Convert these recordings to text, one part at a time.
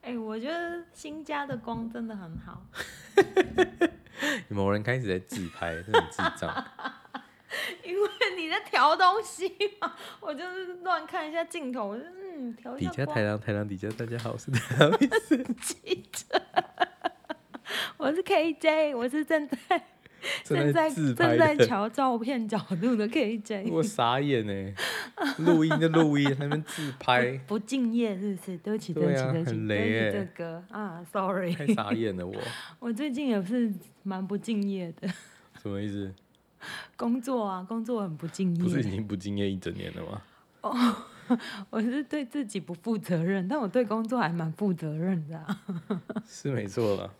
哎我觉得新家的光真的很好。 某人开始在自拍，真的很智 障。因为你在调东西嘛，我就是乱看一下镜头，我就嗯调一底下下台光。郎，台郎底下，大家好，我是台郎。 我是 KJ，我是正在正正在在正自拍在的，瞧照片角度的 KJ，我傻眼呢。录音就录音，他们自拍，不敬业是不是？对不起，对对不起，啊对不起，很雷对不起，欸这个啊太，sorry，傻眼了我。我最近也是蛮不敬业的，什么意思？工作啊，工作很不敬不是已业，经不敬业一整年了吗？我是对自己不负责任，但我对工作还蛮负责任的、啊，是没错了，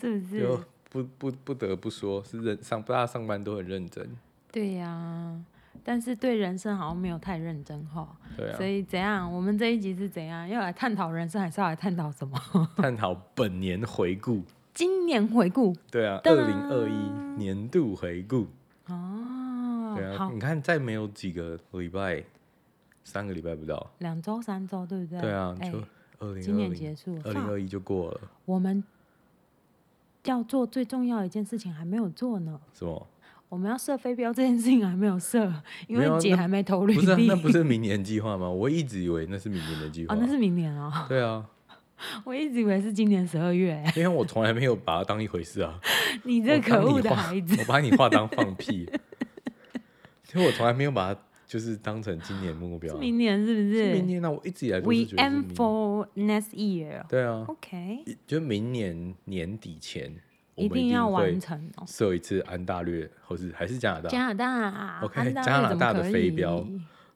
是不是？就不不不得不说，是认上大家上班都很认真。对呀、但是对人生好像没有太认真哈。对所啊，以怎样？我们这一集是怎样？要来探讨人生，还是要来探讨什么？ 探讨本年回顾。今年回顾对啊，噔二零二一年度回顾。哦对，啊，好，你看，再没有几个礼拜，三个礼拜不到。两周三周，对不对？对啊，哎就二今零二年结零，束，二零哇二一就过了，我们要做最重要的一件事情还没有做呢。是吗？我们要射飞镖这件事情还没有射，因没有啊为姐那还没投履不是啊，历。那不是明年计划吗？我一直以为那是明年的计划哦，。那是明年哦。 对啊，我一直以为是今年十二月。 因为我从来没有把它当一回事啊。你我这可当你恶的话孩子！我把你话当放屁，其实我从来没有把它就是当成今年目标是啊。明年是不是是明年啊，我一直以来都 w 是 e 觉得是 aim 明年。 for next year。对啊， OK，就明年年底前，我一们定要会完成哦。设一次安大略，或是还是加拿大，加拿大 OK，安大略加拿怎么大的可飞以镖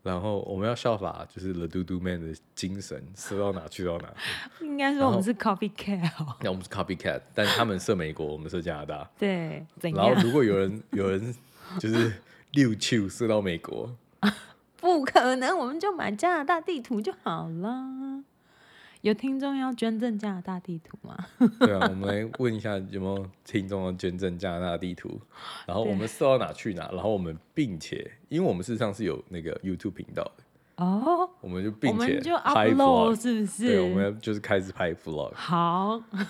然后我们要效法就是 The Do Do Man 的精神，射到哪去 到哪。应该说然我们后是 copy cat，、哦、 那我们是 copycat，但他们射美国，我们射加拿大。对，怎然后样？如果有人有人就是六球射到美国，不可能，我们就买加拿大地图就好啦。有听众要捐赠加拿大地图吗？ 对啊，我们来问一下有没有听众要捐赠加拿大地图，然后我们射到哪去哪，然后我们并且，因为我们事实上是有那个 YouTube 频道的，哦，我们就并我且们就拍 upload vlog，是不对，我们是？要就是开始拍 vlog，好然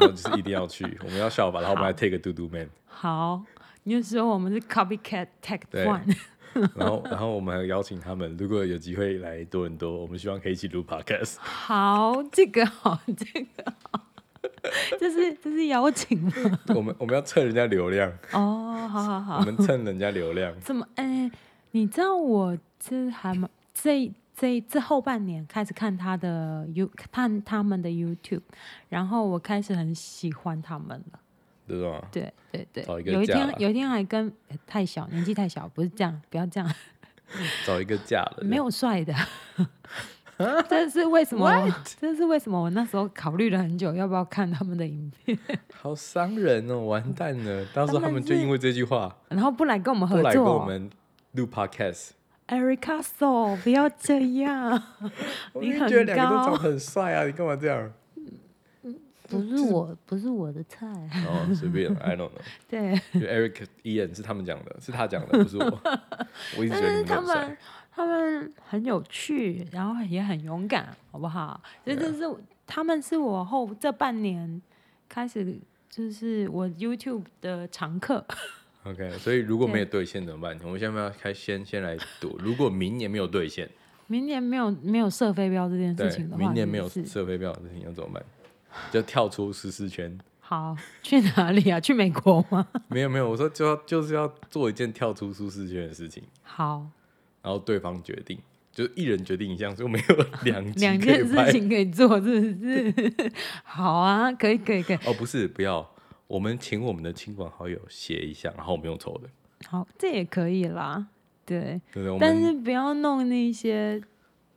后就是一定要去，我们要效法，然后我们来 take a do do man，好，你就说我们是 copycat tech 对 one， 然后然后我们还邀请他们，如果有机会来多伦多，我们希望可以一起录 podcast，好，这个好， 这个好，这是这是邀请吗？ 我们我们要蹭人家流量，哦，好好好我。们蹭人家流量， 怎么？哎、你知道我这还蛮这这这后半年开始看他的 You 看他们的 YouTube，然后我开始很喜欢他们了。对吧？对对对找一，个有一嫁天啦有一天还跟、呃太小年纪太小，不是这样，不要这样，找一个嫁了，没有帅 的。这是为什么我？这是为什么？我那时候考虑了很久，要不要看他们的影片，好伤人哦，完蛋了！到时候他他们们就因为这句话然后不来跟我们不合来跟我作。啊们录 podcast， Eric Castle，不要这样。我你就很觉得两个都高长得很帅啊，你干嘛这 样？ 不是我，不是我的菜。哦，随便，I don't know。对，就 Eric Ian 是他们讲的，是他讲的，不是 我。我一直觉但得是你们他很帅们。他们很有趣，然后也很勇敢，好不好？所以啊这是我他们是我后这半年开始就是我 YouTube 的常客。 OK，所以如果没有兑现怎么办？我们现在要开先先来赌，如果明年没有兑现，明年没有没有射飞镖这件对事情，的话，明年没有是不是社会票，事情要怎么办？ 就跳出舒适圈？好去哪里啊？去美国吗？没有没有，我说就要就是要做一件跳出舒适圈的事情。好，然后对方决定，就是一人决定一项，所以我们有两 集两可以件拍事情可以做，是不是？ 好啊，可以可以可以。哦，不是，不要，我们请我们的亲朋好友写一项，然后我们用抽的，好，这也可以啦。对，对不对？我但们是不要弄那些，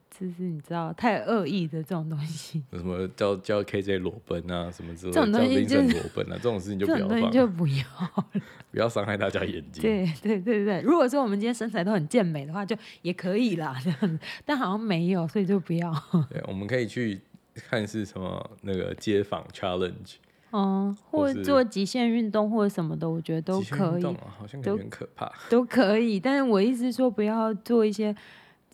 就是你知道太恶意的这种东西，有什么叫叫 KJ 裸奔啊，什么之类这种的，叫东西 Vincent 就是裸奔啊，这种事情就这不种要东西放，嗯就不要。 不要伤害大家眼睛。对对对对，如果说我们今天身材都很健美的话，就也可以啦，这样子。但好像没有，所以就不要。对，我们可以去看是什么那个街访 challenge，嗯，或或是做极限运动或者什么的，我觉得都极限可运动以，啊，好像感都觉很可怕。都可以。但是我意思是说，不要做一些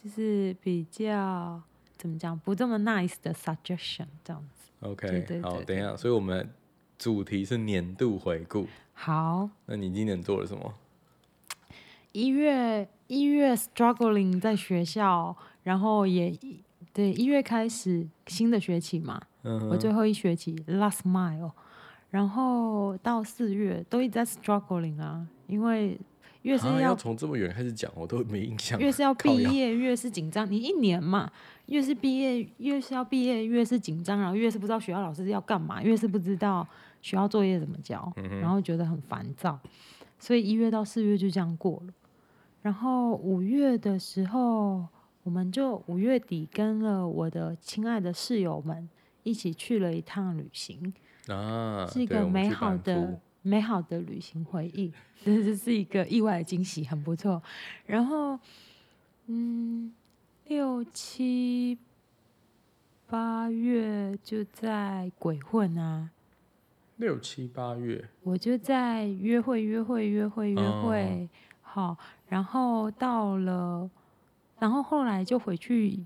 就是比较怎么讲不这么 nice 的 suggestion 这样子。 OK，对对好，对等一下，所以我们主题是年度回顾。好，那你今年做了什么？一月一月 struggling 在学校，然后也对一月开始新的学期嘛，嗯哼，我最后一学期 last mile，然后到四月都一直在 struggling 啊，因为越是啊要要从这么远开始讲，我都没印象。越是要靠毕腰业越是紧张，你一年嘛，越是毕业越是要毕业越是紧张，然后越是不知道学校老师要干嘛，越是不知道学校作业怎么交，嗯然后觉得很烦躁，所以一月到四月就这样过了。然后五月的时候，我们就五月底跟了我的亲爱的室友们一起去了一趟旅行，啊，是一对个我们美去好班的夫美好的旅行回忆，这就是一个意外的惊喜，很不错。然后，嗯，六七八月就在鬼混啊，六七八月，我就在约会约会约会约哦会，好，然后到了，然后后来就回去，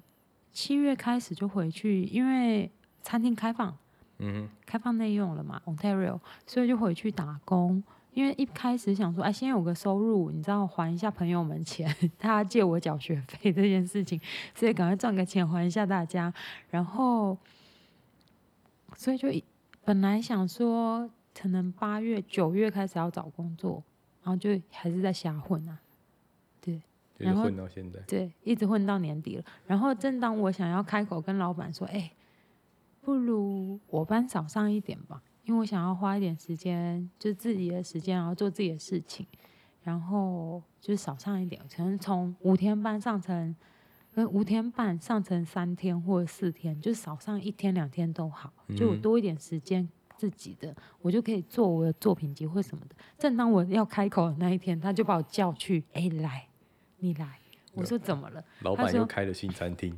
七月开始就回去，因为餐厅开放。嗯开放内用了嘛，Ontario，所以就回去打工。因为一开始想说，哎，先有个收入，你知道还一下朋友们钱， 他借我缴学费这件事情，所以赶快赚个钱还一下大家。然后，所以就一本来想说，可能八月、九月开始要找工作，然后就还是在瞎混啊。哼，就然是后混到现在。对，一直混到年底了。然后正当我想要开口跟老板说，哎、不如我班少上一点吧，因为我想要花一点时间，就自己的时间，然后做自己的事情，然后就是少上一点，可能从五天班上成，呃，五天半上成三天或者四天，就少上一天两天都好，就我嗯多一点时间。自己的，我就可以做我的作品集或什么的。正当我要开口的那一天，他就把我叫去，哎、来，你来。我说怎么了？老他板又说开了新餐厅，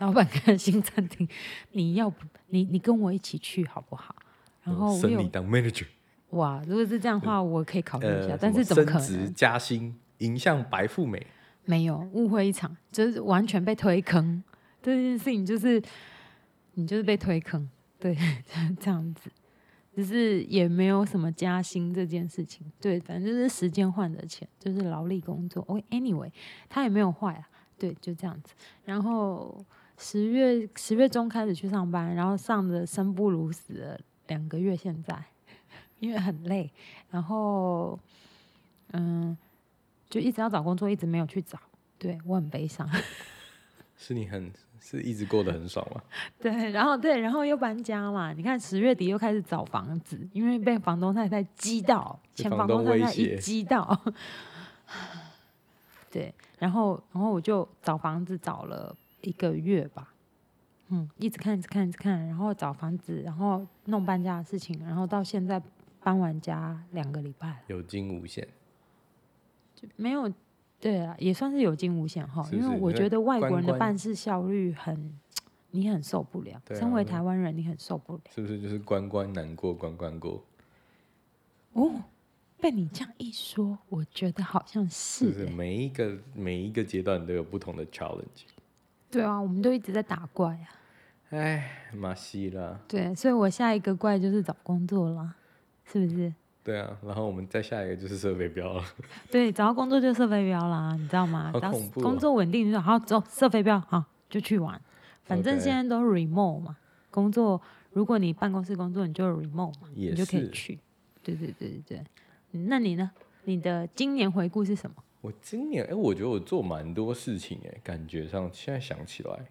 老板开新餐厅，你要不你你跟我一起去好不好？然后我升你有当 manager，哇，如果是这样的话，我可以考虑一呃下，，什啊但么是怎么升可职能？加薪，迎向白富美。没有误会一场，就是完全被推坑。这件事情就是你就是被推坑，对， 这样子，就是也没有什么加薪这件事情，对，反正就是时间换的钱，就是劳力工作。哦、anyway，他也没有坏啊，对，就这样子。然后十月十月中开始去上班，然后上的生不如死的两个月，现在因为很累，然后嗯，就一直要找工作，一直没有去找，对我很悲伤。是你很是一直过得很爽吗？ 对，然后对，然后又搬家嘛。你看十月底又开始找房子，因为被房东太太激到，被前房房东东太威太一胁激到， 对，然后然后我就找房子找了一个月吧，嗯，一直看一直看一直看，然后找房子，然后弄搬家的事情，然后到现在搬完家两个礼拜了，有惊无险，就没有。对啊，也算是有惊无险哈，是因是为我那觉得外国关人的关办事效率很，你很受不了。对啊身为那台湾人，你很受不了。是不是就是关关难过关关过？哦，被你这样一说，我觉得好像是欸就耶、是每一个每一个阶段都有不同的 challenge。对啊，我们都一直在打怪啊。哎，马西啦，对，所以我下一个怪就是找工作啦，是不是？对啊，然后我们再下一个就是设备标了。 对，找到工作就是射飞镖啦，你知道吗？好只要恐怖哦工作稳定就好，走射飞镖，好就去玩。反正 OK 现在都 remote 嘛，工作如果你办公室工作，你就 remote 嘛，也你就可以是去。对对对对对，那你呢？你的今年回顾是什么？我今年哎、我觉得我做蛮多事情哎、感觉上现在想起来，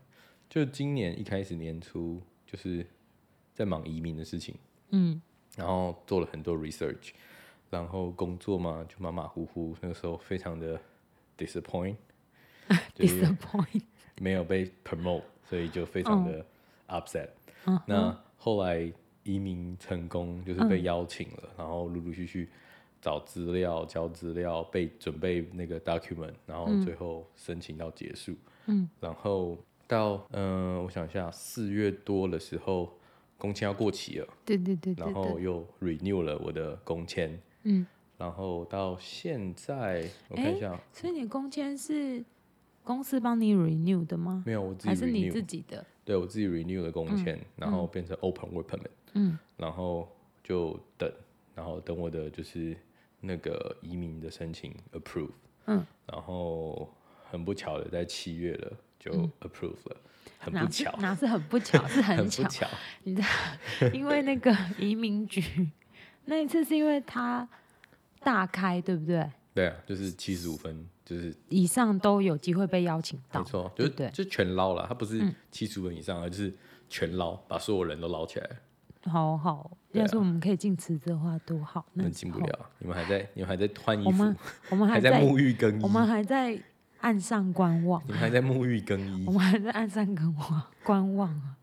就今年一开始年初就是在忙移民的事情，嗯，然后做了很多 research，然后工作嘛就马马虎虎，那个时候非常的 disappoint， d 就 i s 是 a p p o i n t 没有被 promote，所以就非常的 upset。嗯那后来移民成功，就是被邀请了，嗯然后陆陆续续找资料、交资料、备准备那个 document，然后最后申请到结束。嗯，然后到嗯、呃我想一下，四月多的时候，工签要过期了， 对对对对然对后，又 renew 了我的工签，嗯。然后到现在我看一下，所以你工签是公司帮你 renew 的吗？没有，我自还己是你 renew，自己的？对我自己 renew 的工签，然后变成 open work permit，嗯，然后就等，然后等我的就是那个移民的申请 approve，嗯，然后很不巧的在七月了就 approve 了，很嗯哪不是巧，哪是很不巧，是很 很巧不，巧，因为那个 移民局那一次是因为他大开，对不对？对啊，就是七十五分，就是以上都有机会被邀请没到，错，就对是不对？嗯就全捞了，他不是七十五分以上，而就是全捞，把所有人都捞起来，好好，对啊要是我们可以进池子的话，多好！那那时进不候，了，你们还在你们还在换衣我服们，我们还还在沐浴更衣我，们还在岸上观望，你们还在沐浴更衣我，们还在岸上观望 观望啊。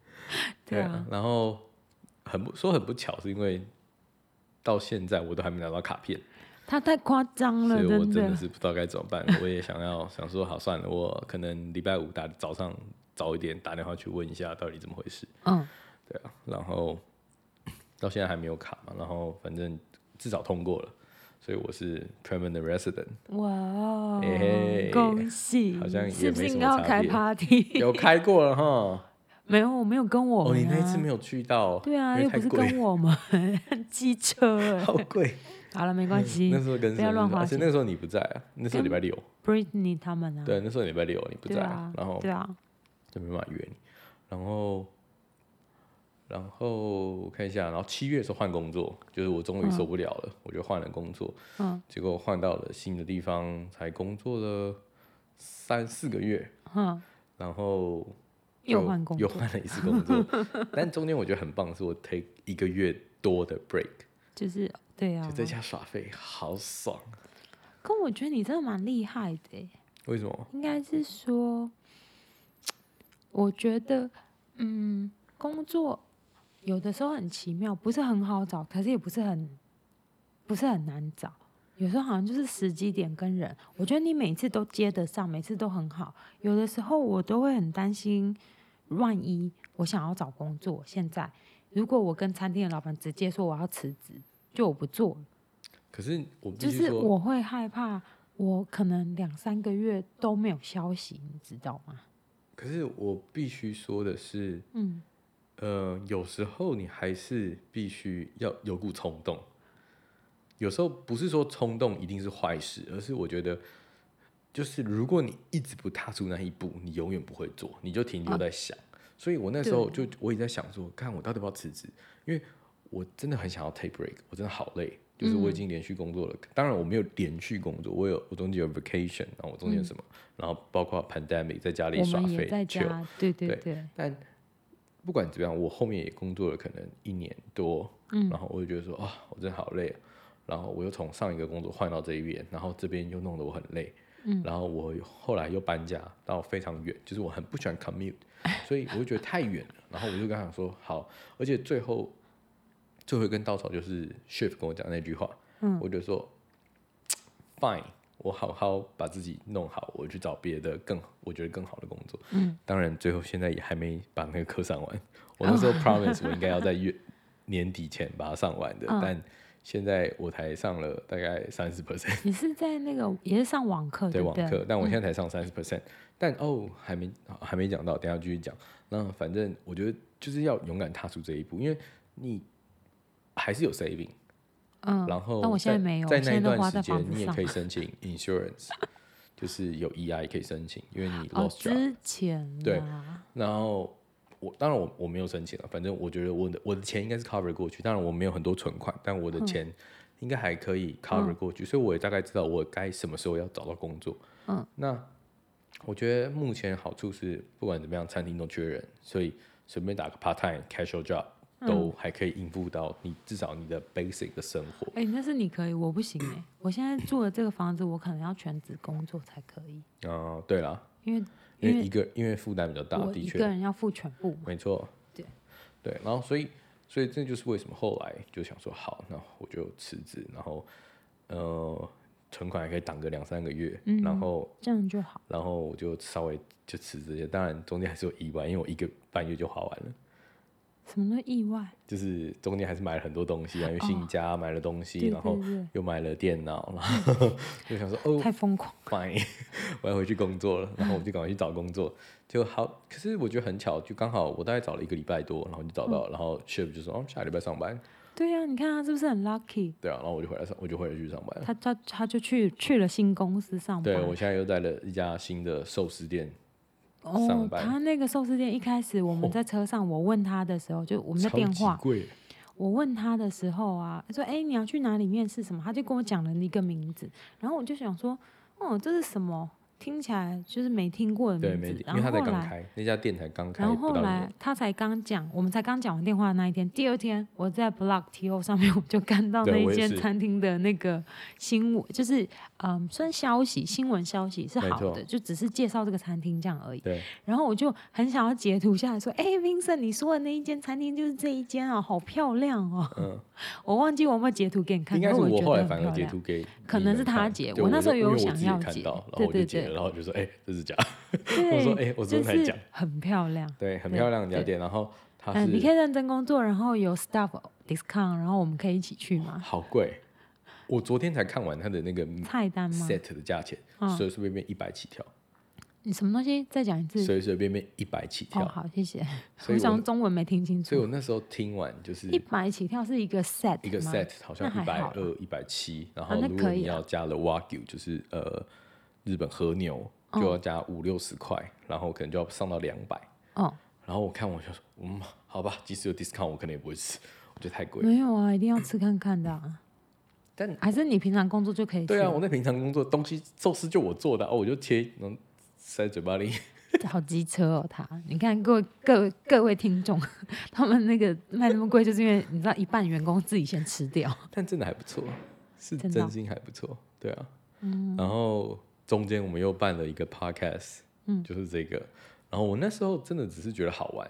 对啊，，然后很不说很不巧，是因为到现在我都还没拿到卡片，他太夸张所了，以我真的嗯的。是不知道该怎么办。我也想要想说，好算了，我可能礼拜五打早上早一点打电话去问一下到底怎么回事，嗯，对啊，然后到现在还没有卡嘛，然后反正至少通过了，所以我是 permanent resident，哇哦嘿嘿，恭喜！好像也是不是没什应该要么差开别 party？ 有开过了哈。没有，我没有跟我哦，你们那一次啊。没有去到，对啊，因又不为太是贵跟我们 机车哎。好 贵，好了，没关系那时候跟不要什么乱花而且那时候你不在啊，嗯那时候礼拜六， ，Britney 他们啊。对，那时候礼拜六你不对在啊，然后对啊，就没办法约你。然后，然后我看一下，然后七月的时候换工作，就是我终于受不了了，我就换了工作。嗯，结果换到了新的地方，才工作了三四个月，嗯，然后又就换工又作换了一次工作。 但中间我觉得很棒，是我 take 一个月多的 break，就是对啊就。在家耍废，好爽。啊可我觉得你真的蛮厉害的欸，为什么？应该是说，我觉得，嗯，工作有的时候很奇妙，不是很好找，可是也不是很，不是很难找。有时候好像就是时机点跟人，我觉得你每次都接得上，每次都很好。有的时候我都会很担心，万一我想要找工作，现在如果我跟餐厅的老板直接说我要辞职，就我不做了，可是我必就须是说，我会害怕，我可能两三个月都没有消息，你知道吗？可是我必须说的是，嗯，呃，有时候你还是必须要有股冲动。有时候不是说冲动一定是坏事，而是我觉得，就是如果你一直不踏出那一步，你永远不会做，你就啊停留在想。所以我那时候就我也在想说，看我到底要不要辞职，因为我真的很想要 take break，我真的好累，就是嗯我已经连续工作了。当然我没有连续工作，我有我中间有 vacation，然后我中间有什么，然后包括 pandemic 在家里嗯我耍们也废在 chill 家，对对对对，但不管怎么样，我后面也工作了可能一年多，然后我就觉得说啊，我真的好累啊、然后我又从上一个工作换到这一边，然后这边又弄得我很累，然后我后来又搬家到非常远，就是我很不喜欢 commute，所以我就觉得太远了，然后我就跟他讲说好，而且最后最后一根稻草就是 shift 跟我讲那句话，我就说 fine。我好好把自己弄好，我去找别的更我觉得更好的工作。当然，最后现在也还没把那个课上完。 我那时哦候 promise 我应该要在月 年底前把它上完的，嗯但现在我才上了大概三十 percent 你是在那个也是上网课对不网哦对？嗯课，但我现在才上三十 percent。但哦，还没还没讲到，等一下继续讲。那反正我觉得就是要勇敢踏出这一步，因为你还是有 saving，嗯，然后但我现在没有在我现在那一都段花时在间房子你也上可以申请 insurance，就是有 EI 可以申请，因为你哦， lost job。之前对啦然后我当然我我没有申请了，反正我觉得我的我的钱应该是 cover 过去，当然我没有很多存款，但我的嗯钱应该还可以 cover 过去，所以我也大概知道我该什么时候要找到工作。嗯，那我觉得目前好处是不管怎么样，餐厅都缺人，所以随便打个 part time casual job 嗯都还可以应付到你至少你的 basic 的生活。哎、那是你可以，我不行哎、我现在住的这个房子，我可能要全职工作才可以，嗯、对啦，因为因因为为一个因为负担比较大，我的一确个人要付全部嘛。没错，对对，然后所以所以这就是为什么后来就想说好，那我就辞职，然后呃存款还可以挡个两三个月，嗯然后这样就好。然后我就稍微就辞职一下，当然中间还是有意外，因为我一个半月就花完了，什么都意外，就是中间还是买了很多东西啊，因为哦新家买了东西，对然后对嗯对又买了电脑，然后 就想说哦太疯狂。 ，fine，我 要回去工作了，然后我就赶快去找工作，就好。可是我觉得很巧，就刚好我大概找了一个礼拜多，然后就找到，嗯然后 Chip 就说哦下礼拜上班，对啊呀、你看他是不是很 lucky？对啊，然后我就回来上，我就回来去上班。他他他就去去了新公司上班。呃对，我现在又在了一家新的寿司店，上哦，班哦他那个寿司店一开始我们在车上，我问他的时候，就我我们在电话，贵，我问他的时候啊，他说：“哎、你要去哪里面试什么？”他就跟我讲了一个名字，然后我就想说：“哦，这是什么？听起来就是没听过的对，名没，字。”因为然他后才后刚来，开，那家店才刚开然后不后到一来年，他才刚讲，我们才刚讲完电话的那一天，第二天我在 Block TO 上面我就看到那对我一也间是餐厅的那个新闻，就是嗯，算消息新闻消息是没好错的，就只是介绍这个餐厅这样而已。对，然后我就很想要截图下来说：“哎、v i n c e n t 你说的那一间餐厅就是这一间啊，好漂亮哦！”嗯 我忘记我有没有截图给你看，应该可是我我觉后来得很反而漂截亮。图 给你们看，可能是他截对我我那时候就有因为想我自己要看截到，然后对我就对截了，对然后我就说，哎，这是假，对，说 哎我昨就天才是讲很漂亮。对，很对漂亮一家对店，然后它嗯，你可是以认真工作，然后有 staff discount，然后我们可以一起去吗？好贵，我昨天才看完它的那个菜单吗？嗯 set 的价钱，嗯随随便便一百起跳，你什么东西？再讲一次。随随便便一百起嗯哦，跳，好，谢 谢。所我以我想中文没听清所以楚。我那时候听完就是一百起跳是一个 set 一个吗 set 好像那一还百好二、一百七，然啊后那如果可以你啊要加了 wagyu，就是呃日本和牛，嗯就要加五六十块，然后可能就要上到两百。哦，然后我看我就说，嗯，好吧，即使有 discount，我可能也不会吃，我觉得太贵。没有啊，一定要吃看看的、啊。但还是你平常工作就可以吃对啊，了，我那平常工作东西寿司就我做的、啊，我就切，能塞嘴巴里。好机车哦，他。你看各位各位各位听众， 他们那个卖那么贵，就是因为你知道一半员工自己先吃掉。 但真的还不错，是真的哦嗯真心还不错，对啊。然后中间我们又办了一个 podcast，嗯，就是这个。然后我那时候真的只是觉得好玩，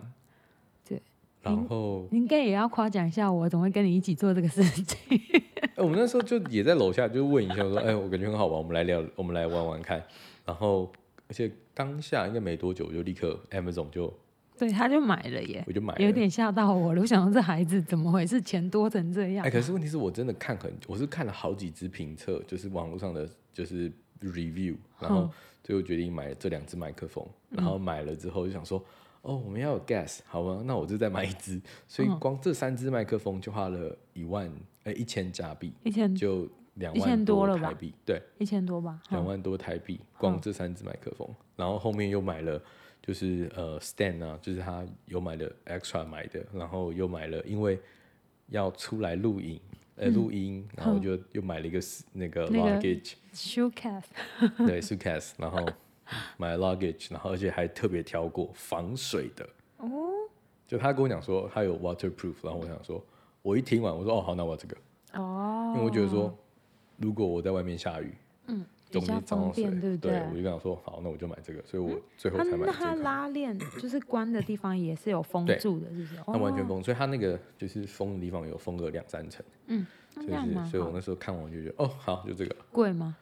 对。然后，你应该也要夸奖一下我，怎么会跟你一起做这个事情？ 哎、我们那时候就也在楼下，就问一下，我说，哎、我感觉很好玩，我们来聊，我们来玩玩看。然后，而且当下应该没多久，我就立刻 Amazon 就对，他就买了耶，我就买有了。点吓到我了。我想说这孩子怎么回事，钱多成这样哎、？可是问题是我真的看很，我是看了好几支评测，就是网络上的就是 review，然后最后决定买了这两支麦克风，嗯然后买了之后就想说，哦，我们要有 gas，好吗？那我就再买一支，所以嗯光这三支麦克风就花了一万，呃、一千加币，一千就两一千万多了吧台币，对，一千多吧？两哈万多台币，光这三支麦克风，然后后面又买了。就是呃，stand 啊，就是他有买的 extra 买的，然后又买了，因为要出来录影，呃，录音，然后就又买了一个 s- 那个嗯那个 luggage， ，Shoecast 对，suitcase，然后买了 luggage，然后而且还特别挑过防水的。哦就他跟我讲说他有 waterproof，然后我想说，我一听完我说哦好，那我要这个，哦因为我觉得说如果我在外面下雨，嗯，比总较会脏方到水，便，对不对？我就跟他说好，那我就买这个，所以我最后它才买那它这个。拉链就是关的地方也是有封对住的，是不是？它完全哦封，所以它那个就是封的地方有封个两三层，那就这样是，蛮所以我好那时候看完就觉得，哦，好，就这个，贵吗？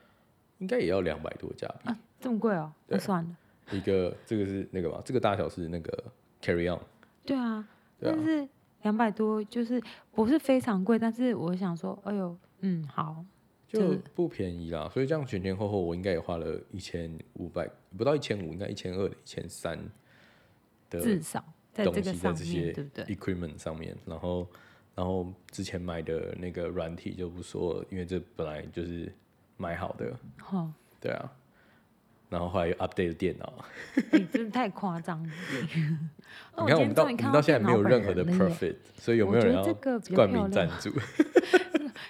应该也要两百多加币。啊，这么贵哦，那对算了。一个这个是那个吧，这个大小是那个 carry on，对啊，对啊但是两百多就是不是非常贵，但是我想说，哎呦，嗯，好，就对不便宜啦。所以这样前前后后，我应该也花了一千五百，不到一千五，应该一千二、一千三的至少在这东个西在上这面，些对不对？ equipment 上面。然后，然后之前买的那个软体就不说了，因为这本来就是买好的，哈、哦，对啊。然后后来又 update 了电脑，你真的太夸张了。哦 你看我们到我今天终于们看到现在没有电任脑何本的人了耶 profit，所以有没有我觉人得这要个比较冠漂名亮赞助？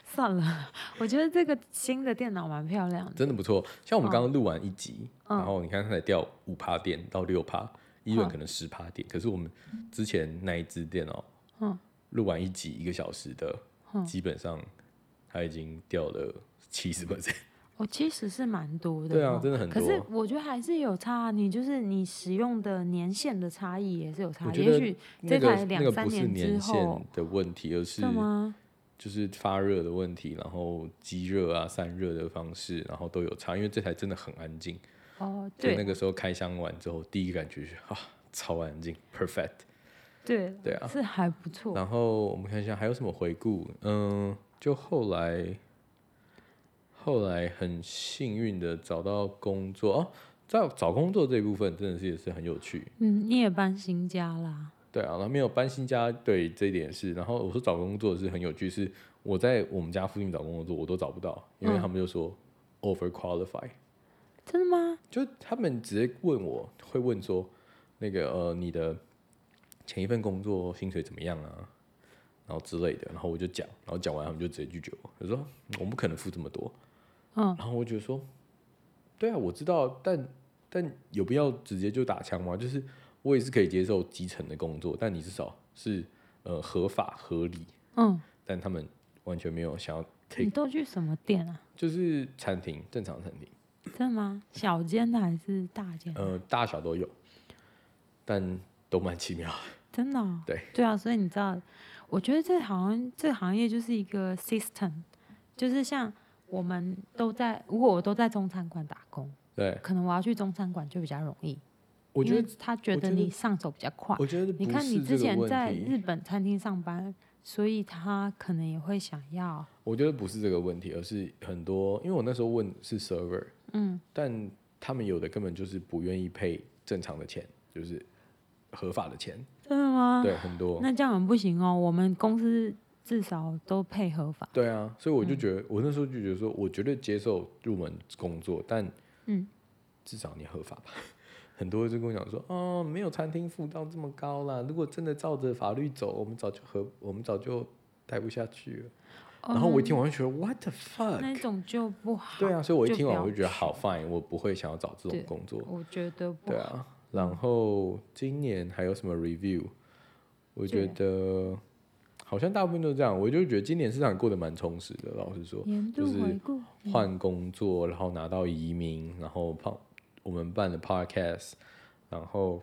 算了， 我觉得这个新的电脑蛮漂亮的。真的不错。像我们嗯刚刚录完一集，然后你看它才掉五趴电到六趴，医院可能十趴电，可是我们之前那一只电脑，嗯录完一集一个小时的，基本上它已经掉了七十 percent。我哦其实是蛮多的，对啊哦真的很可是多我觉得还是有差啊，你就是你使用的年限的差异也是有差我异，觉也得许这台那个那两个三不是之年后限，的问题，而是是吗？就是发热的问题，然后积热啊、散热的方式，然后都有差。因为这台真的很安静，哦，所以对那个时候开箱完之后，第一个感觉是啊，超安静，perfect。对对啊是还不错。然后我们看一下还有什么回顾，嗯，就后来后来很幸运的找到工作哦，在找工作这一部分真的是也是很有趣，嗯，你也搬新家啦，对啊，然后没有搬新家，对这一点是。然后我说找工作是很有趣，是我在我们家附近找工作，我都找不到，因为嗯他们就说 over qualify，、真的吗？就他们直接问我会问说那个呃你的前一份工作薪水怎么样啊，然后之类的，然后我就讲，然后讲完他们就直接拒绝我，就说嗯我们不可能付这么多，嗯，然后我就说，对啊，我知道，但但有必要直接就打枪吗？就是我也是可以接受基层的工作，但你至少是呃合法合理，嗯，但他们完全没有想要你 take，都去什么店啊？就是餐厅正常餐厅，真的吗？小间的还是大间的？呃大小都有，但都蛮奇妙的， 真的、哦？对啊，所以你知道，我觉得这好像这行业就是一个 system，就是像我们都在，如果我都在中餐馆打工，对，可能我要去中餐馆就比较容易，我因觉为得他觉我得觉得你上手比较快。我觉得嗯你不看是你之这个前问在题，日本餐厅上班，所以他可能也会想要，我觉得不是这个问题，而是很多，因为我那时候问是 server，嗯，但他们有的根本就是不愿意配正常的钱，就是合法的钱，真的吗？对，很多，那这样很不行哦，我们公司至少都配合法。对啊，所以我就嗯觉得，我那时候就觉得说，我绝对接受入门工作，但嗯，至少你合法吧。 很多人就跟我讲说，哦，没有餐厅付到这么高啦，如果真的照着法律走，我们早就合，我们早就待不下去了。然后我一听，我就觉得 What the 嗯哦那 fuck？种就不好。对啊，所以我一听完就不要我就觉得好 fine，我不会想要找这种对工作。我觉得不对好。啊，然后今年还有什么 review？我觉得好像大部分都这样，我就觉得今年市场过得蛮充实的。老实说，年就度是回顾，换工作，然后拿到移民，然后胖我们办了 podcast，然后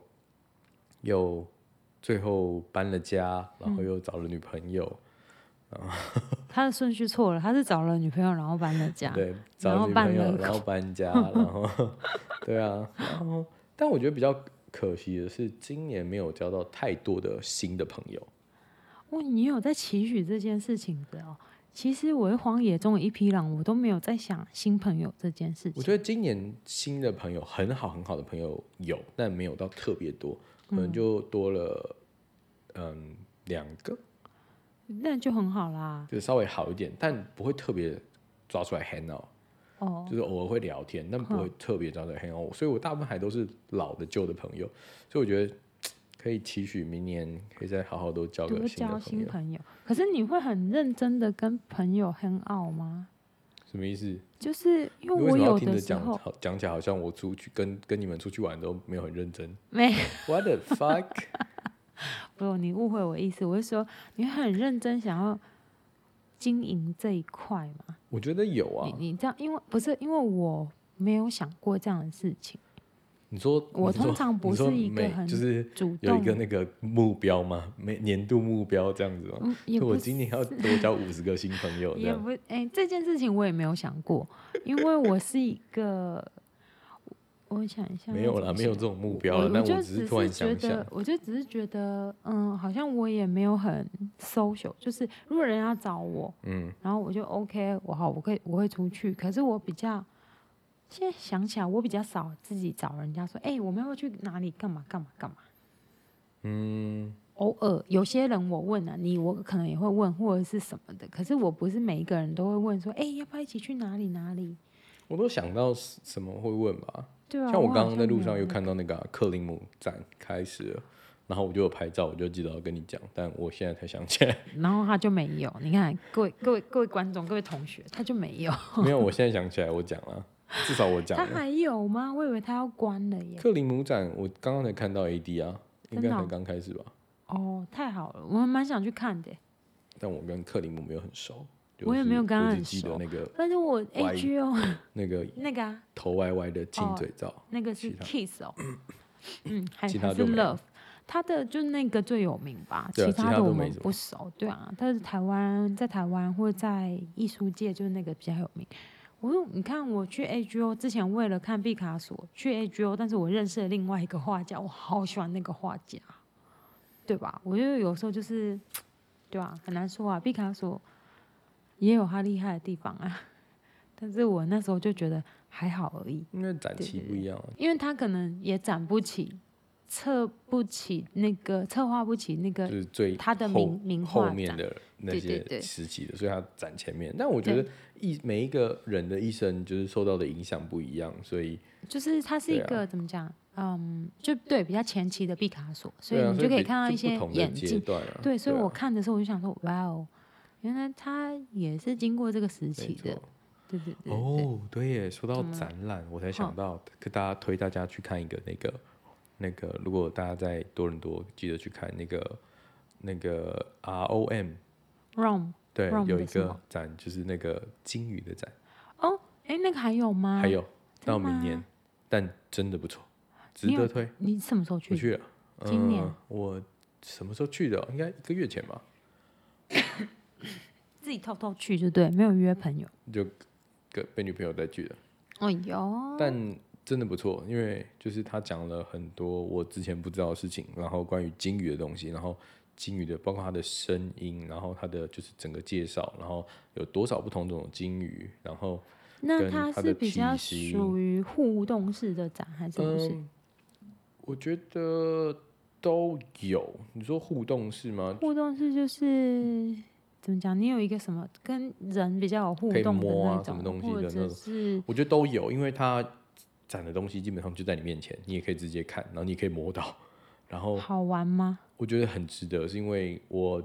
又最后搬了家，嗯然后又找了女朋友，他的顺序错了，他是找了女朋友，然后搬了家。对，然找后女办朋友，了然后搬家， 然后对啊，然后但我觉得比较可惜的是，今年没有交到太多的新的朋友。哦，你有在期许这件事情的哦。其实我在荒野中的一匹狼，我都没有在想新朋友这件事我情。觉得今年新的朋友很好很好的朋友有，但没有到特别多，嗯可能就多了嗯两个，那就很好啦。就稍微好一点，但不会特别抓出来 hang out，哦，就是偶尔会聊天，但嗯不会特别抓出来 hang out。所以我大部分还都是老的旧的朋友，所以我觉得可以期许明年可以再好好都交多个新的交朋新友。朋友。可是你会很认真的跟朋友 hang out 吗？什么意思？就是因你为为我什么要有听着的时讲候好讲起来好像我出去跟跟你们出去玩都没有很认真没？What the fuck？ 不，哦你误会我意思，我是说你很认真想要经营这一块嘛？我觉得有啊，你你这样，因为不是因为我没有想过这样的事情，你说我你说通常不你说是一个每很就是主有动一个那个目标吗？每年度目标这样子吗？嗯也就我不今年 要多交五十个新朋友这也样。不哎、这件事情我也没有想过，因为我是一个，我想一下没要有怎啦，么没有形这种目容标我了。但我就我只是突然觉想想得，，我就只是觉得，嗯，好像我也没有很 social，就是如果人家找我，嗯，然后我就 OK，我好，我可以我会出去。可是我比较，现在想起来，我比较少自己找人家说，哎、我们要不要去哪里干嘛干嘛干嘛。嗯，偶尔有些人我问啊，你我可能也会问或者是什么的，可是我不是每一个人都会问说，哎、要不要一起去哪里哪里？我都想到什什么会问吧。对啊，像我我好刚刚在像路没上有又看到那个啊克林姆展开始了，然后我就有拍照，我就记得要跟你讲，但我现在才想起 来，然后他就没有。你看，各位各位各位观众各位同学，他就没有，没有，我现在想起来我讲了，至少我讲他了。还有吗？我以为他要关了耶。克林姆展我刚刚才看到 AD 啊，应真该的才哦刚开始吧。哦，太好了，我蛮想去看的。但我跟克林姆没有很熟，就我也是没有跟他我只很记得熟那个但是我歪 A G O 那个 那个啊，头歪歪的亲哦嘴照，那个是其他 Kiss 哦，嗯，还其他还就是没有 Love，他的就那个最有名吧，对啊其他的都我没们什么不熟，对啊，但是台湾在台湾或者在艺术界就是那个比较有名。我有你看我去 A G O 之前为了看毕卡索去 A G O，但是我认识了另外一个画家，我好喜欢那个画家，对吧？我觉得有时候就是，对吧、很难说啊。毕卡索也有他厉害的地方啊，但是我那时候就觉得还好而已，因为展对期对不一样啊，因为他可能也展不起、策不起那个策划不起那个就是最他的后名名画后展面的那对对些对时期的，所以他展前面。但我觉对得一每一个人的一生就是受到的影响不一样，所以就是它是一对啊个、怎么讲？嗯，就对比较前期的毕卡索，所以对啊你就所可以比看到就一些不同的演阶进。段啊。对，所以啊我看的时候我就想说，哇哦，原来他也是经过这个时没期错的。对对对对对哦，对耶，说到展览，我才想到跟大家推大家去看一个那个那个，如果大家在多伦多，记得去看那个那个 ROM， ，Rom，对 ROM，有一的什个么展就是那个金鱼的展，哎，那个还有吗？还，有真到的明年吗，但真的不错，值你有得推。你什么时候我去？去了，今年呃我什么时候去的？应该一个月前吧，自己偷偷去就对，没有约朋友。就跟被女朋友带去的。哦哟，但真的不错，因为就是他讲了很多我之前不知道的事情，然后关于金鱼的东西，然后金鱼的包括它的声音，然后它的就是整个介绍，然后有多少不同种的金鱼，然后那跟它它是的比体较型属于互动式的展还是不是？嗯，我觉得都有。你说互动式吗？互动式就是怎么讲？你有一个什么跟人比较有互可以动的摸啊那什种，么东西或的那者种是我觉得都有，因为它展的东西基本上就在你面前，你也可以直接看，然后你也可以摸到，然后好玩吗？我觉得很值得，是因为我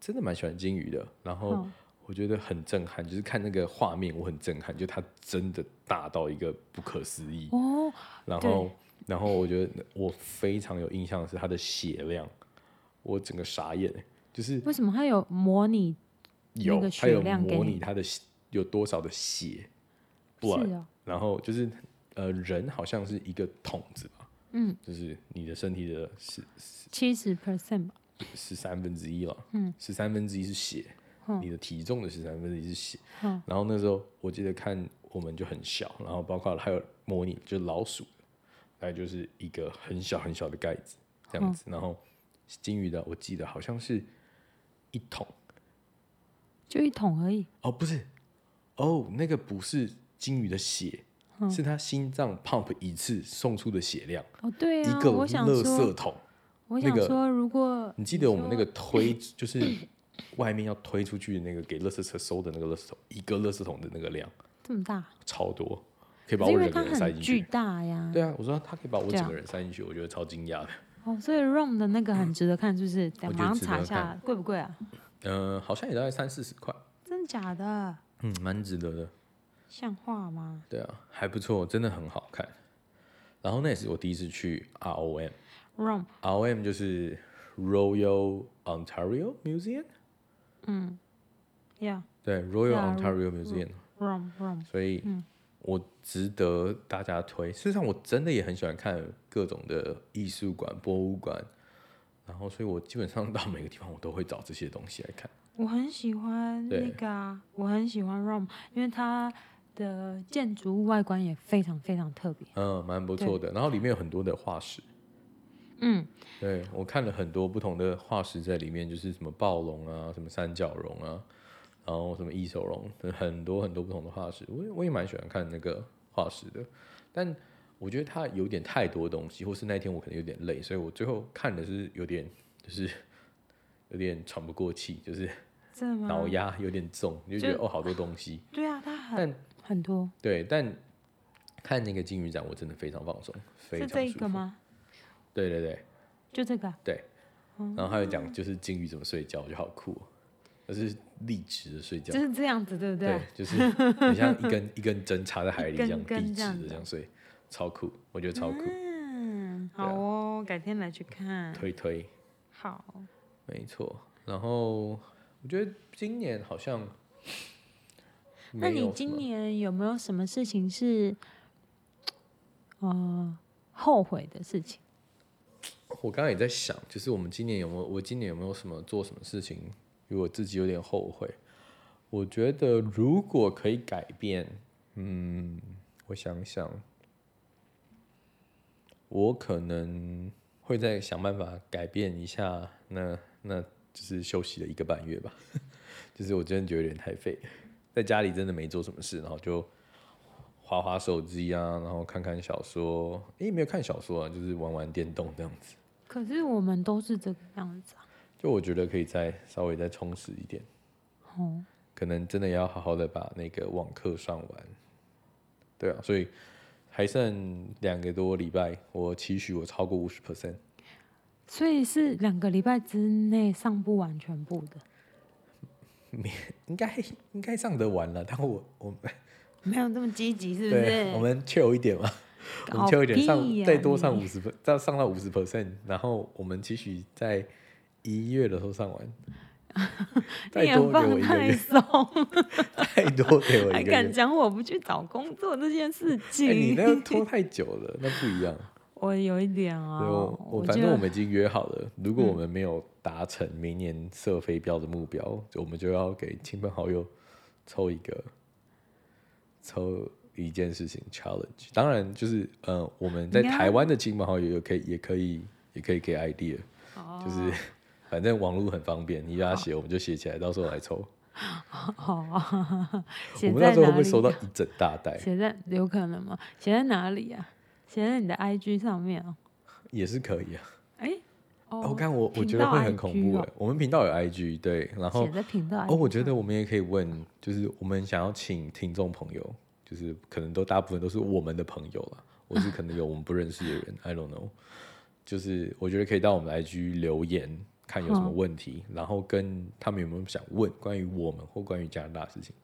真的蛮喜欢金鱼的，然后嗯我觉得很震撼，就是看那个画面，我很震撼，就它真的大到一个不可思议。哦，然后，然后我觉得我非常有印象的是它的血量，我整个傻眼，欸就是为什么它有模拟？有那个它血有量给模你拟它的血有多少的血是 blood，哦，然后就是呃人好像是一个桶子吧，嗯，就是你的身体的是七十 percent 吧。十三分之一了，嗯，十三分之一是血，嗯你的体重的十三分之一是血。嗯然后那时候我记得看我们就很小，然后包括还有模拟就是老鼠，大概就是一个很小很小的盖子这样子，然后金鱼的我记得好像是一桶就一桶而已，哦，不是哦，那个不是金鱼的血，嗯是它心脏 pump 一次送出的血量，哦，对啊，一个我想垃圾说，桶。我那想个说，如果你记得我们那说个推，就是外面要推出去的那个给垃圾车收的那个垃圾桶，一个垃圾桶的那个量这么大，超多，可以把可是我因为整它个人塞很进巨去。大呀，对啊，我说他可以把我对啊整个人塞进去，我觉得超惊讶的。哦，所以 ROM 的那个很值得看，是不是？等我觉马得上值查得一下，贵不贵啊？嗯、好像也大概三四十块，真的假的？嗯，蛮值得的。像话吗对啊，还不错，真的很好看。然后那也是我第一次去 ROM，ROM ？ROM，就是 Royal Ontario Museum，嗯，Yeah，ROM，ROM。对，Royal 啊 Ontario Museum， Rom, Rom 所以我值得大家推。事实上，我真的也很喜欢看各种的艺术馆、博物馆，然后，所以我基本上到每个地方我都会找这些东西来看。我很喜欢那对个啊，我很喜欢 Rom，因为它的建筑物外观也非常非常特别。嗯，蛮不错的。然后里面有很多的化石，嗯，对我看了很多不同的化石在里面，就是什么暴龙啊，什么三角龙啊，然后什么异手龙，很多很多不同的化石。我也我也蛮喜欢看那个化石的，但我觉得它有点太多东西，或是那一天我可能有点累，所以我最后看的是有点就是 有点喘不过气，就是真的吗？脑压有点重，你就觉得就哦好多东西。对啊，它很但很多，对，但看那个金鱼展，我真的非常放松，非是常这舒个服吗？对对对。就这个啊、对，然后还有讲就是金鱼怎么睡觉，我觉得好酷、哦，就是立直的睡觉就，是这样子，对不对？对，就是很像 一根一根针插在海里一这根样根立直这样的子这样睡，超酷，我觉得超酷，嗯，对啊好哦，改天来去看。推推，好，没错。然后我觉得今年好像那没有你什今么年有没有什么事情是，呃，后悔的事情？我刚刚也在想，就是我们今年有没有，我今年有没有什么做什么事情，如果自己有点后悔，我觉得如果可以改变，嗯，我想想，我可能会再想办法改变一下那那就是休息了一个半月吧， 就是我真的觉得有点太废了，在家里真的没做什么事，然后就划划手机啊，然后看看小说，诶、没有看小说啊，就是玩玩电动这样子。可是我们都是这个样子啊。就我觉得可以再稍微再充实一点，哦，可能真的要好好的把那个网课上完。对啊，所以还剩两个多礼拜，我期许我超过五十 percent，所以是两个礼拜之内上不完全部的。应该应该上得完了。但我我们没有这么积极，是不对，我是？们 chill 一点嘛，我们搞 chill 一点屁上呀再多上你五十再上到五十 percent，然后我们期许在一月的时候上完， 你再也多给我放一个太月，松，再多 给我还一个敢月。讲我不去找工作这件事哎、情？你那拖太久了，那不一样。我有一点啊，对，我我反觉正得嗯我们已经约好了，如果我们没有达成明年设飞镖的目标，就我们就要给亲朋好友抽一个抽一件事情 challenge。当然，就是呃，我们在你看台湾的亲朋好友也可以也可以也可以给 idea，、哦就是 反正网络很方便，你让他写，我们就写起来，到时候来抽。哦，我写们到在时候哪里？啊会不会收到一整大袋？写在有可能吗？写在哪里啊？写在你的 IG 上面哦。也是可以啊。哎、哦，我看我我频觉得道会很恐 IG 怖哦哎、我们频道有 IG 对，然后写在频道 IG 哦，我觉上得我们也可以问，就是我们想要请听众朋友，就是可能都大部分都是我们的朋友啦，我是可能有我们不认识的人 ，I don't know。就是我觉得可以到我们的 IG 留言，看有什么嗯问题，然后跟他们有没有想问关于我们或关于加拿大的事情。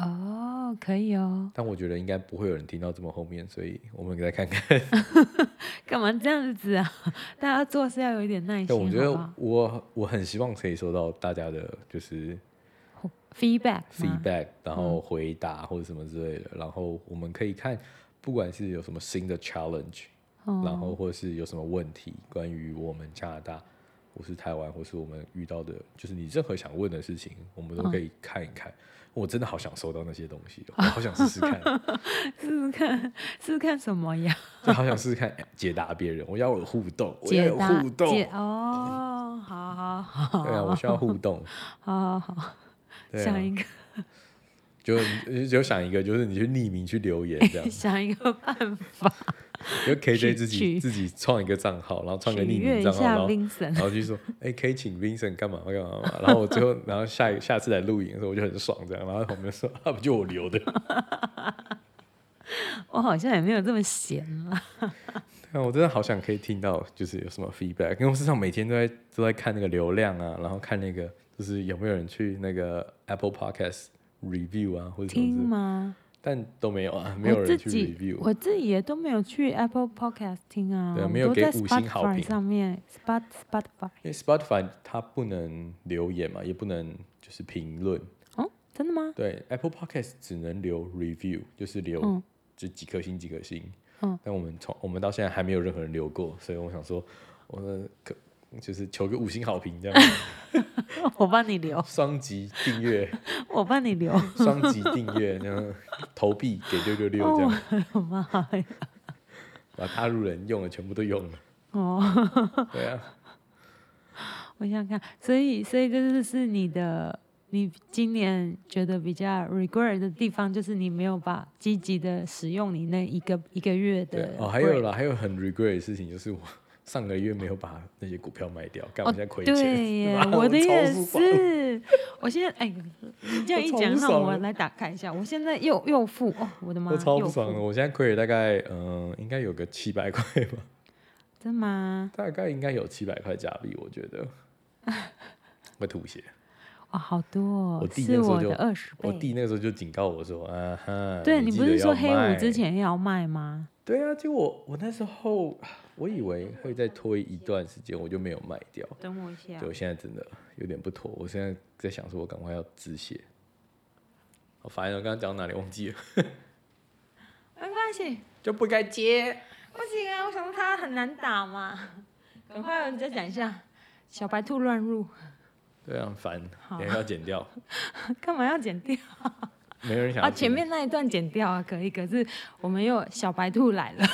哦，可以哦。但我觉得应该不会有人听到这么后面，所以我们再看看。 干嘛这样子啊？ 大家做事要有一点耐心，但我觉好不得好我我很希望可以收到大家的，就是？feedback 吗 feedback，然嗯后回答或者什么之类的，然后我们可以看，不管是有什么新的 challenge，、哦然后或者是有什么问题关于我们加拿大，或是台湾，或是我们遇到的，就是你任何想问的事情，我们都可哦以看一看。我真的好想收到那些东 西哦，我好想试试看，试试看，试试看什么呀？就好想试试看解答别人，我要有互动，我要解有答互动，解对哦，好好好，啊，我需要互动， 好好好，对啊想，一个，就就想一个，就是你去匿名去留言这 样想一个办法，就 KJ 自取己自己创一个账号，然后创取个匿悦名一账号，下然后然 Vincent。后就说，哎、可以请 Vincent 干嘛干嘛干嘛，然后我最后，然后下一下次来录影的时候，我就很爽这样，然后我们说，啊，不就我留的， 我好像也没有这么闲啊了。但我真的好想可以听到，就是有什么 feedback，因为我身上每天都在都在看那个流量啊，然后看那个就是有没有人去那个 Apple Podcast review 啊，或者什听么之类，吗？但都没有啊，没有我自人去己 review，我自己也都没有去 Apple Podcast 听啊，对我没们有都给在五星好 Spotify 评上面，Spot Spotify。因为 Spotify 它不能留言嘛，也不能就是评论。哦，真的吗？ 对，Apple Podcast 只能留 review，就是留嗯就几颗星几颗星。嗯，但我们从我们到现在还没有任何人留过，所以我想说，我们可就是求个五星好评 这样，我帮你留，双击 订阅，我帮你留。双击订阅，然后投币给六六六这样，哦，我的妈 呀！把大陆人用的全部都用了。哦，对啊，我想想看，所以所以这就是你的，你今年觉得比较 regret 的地方，就是你没有把积极的使用你那一个一个月对的哦，还有 break 啦，还有很 regret 的事情就是我。上个月没有把那些股票卖掉，干我哦现在亏钱，对耶 妈，我的超也不爽是。我现在哎，你这样一我超讲，不让爽我的来打开一下。我现在又又付哦，我的妈，我超不又爽的，付我现在亏了大概嗯、呃应该有个七百块吧，真的吗？大概应该有七百块加币，我觉 得会吐血。哦，好多哦我，弟是那时候我就的二十我倍。弟那个时候就警告我说：“啊哈，哎对你你记不得是说要黑五卖之？前要卖吗？对啊，结果我那时候我以为会再拖一段时间，我就没有卖掉。等我一下就我现在真的有点不妥，我现在在想说，我赶快要止血。好烦哦，刚刚讲到哪里忘记了，没关系，就不该接。不行啊，为什么他很难打 嘛？赶快你再讲一下，小白兔乱入， 对啊，很烦，好等一下要剪掉， 干嘛要剪掉？没人想啊，要前听。面那一段剪掉啊，可以。可是我们又小白兔来了，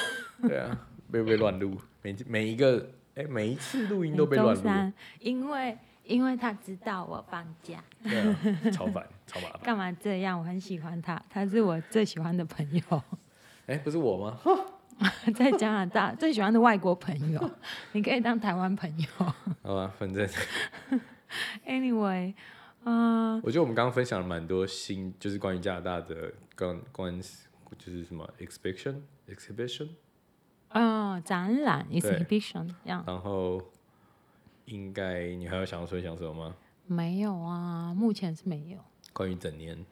对啊，被被乱录，每每一个哎、每一次录音都被乱周录，三，因为因为他知道我放假，对啊，超烦，超麻烦。干嘛这样？我很喜欢他，他是我最喜欢的朋友， 哎、不是我吗？在加拿大最喜欢的外国朋 友，你可以当台湾朋友。好吧，反正 Anyway，嗯、我觉得我们刚刚分享了蛮多新，就是关于加拿大的关关，就是什么 exhibition exhibition，嗯、展览对 exhibition 这样然后应该你还有想要分享什么吗？没有啊，目前是没有。关于整年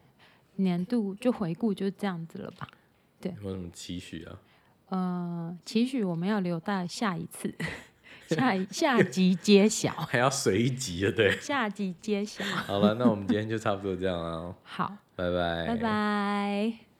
年度就回顾就这样子了吧。对有没有什么期许啊？呃，期许我们要留到下一次，下一下集揭晓，还要随机的，对。下集揭晓。好了，那我们今天就差不多这样了哦，好，拜拜，拜拜。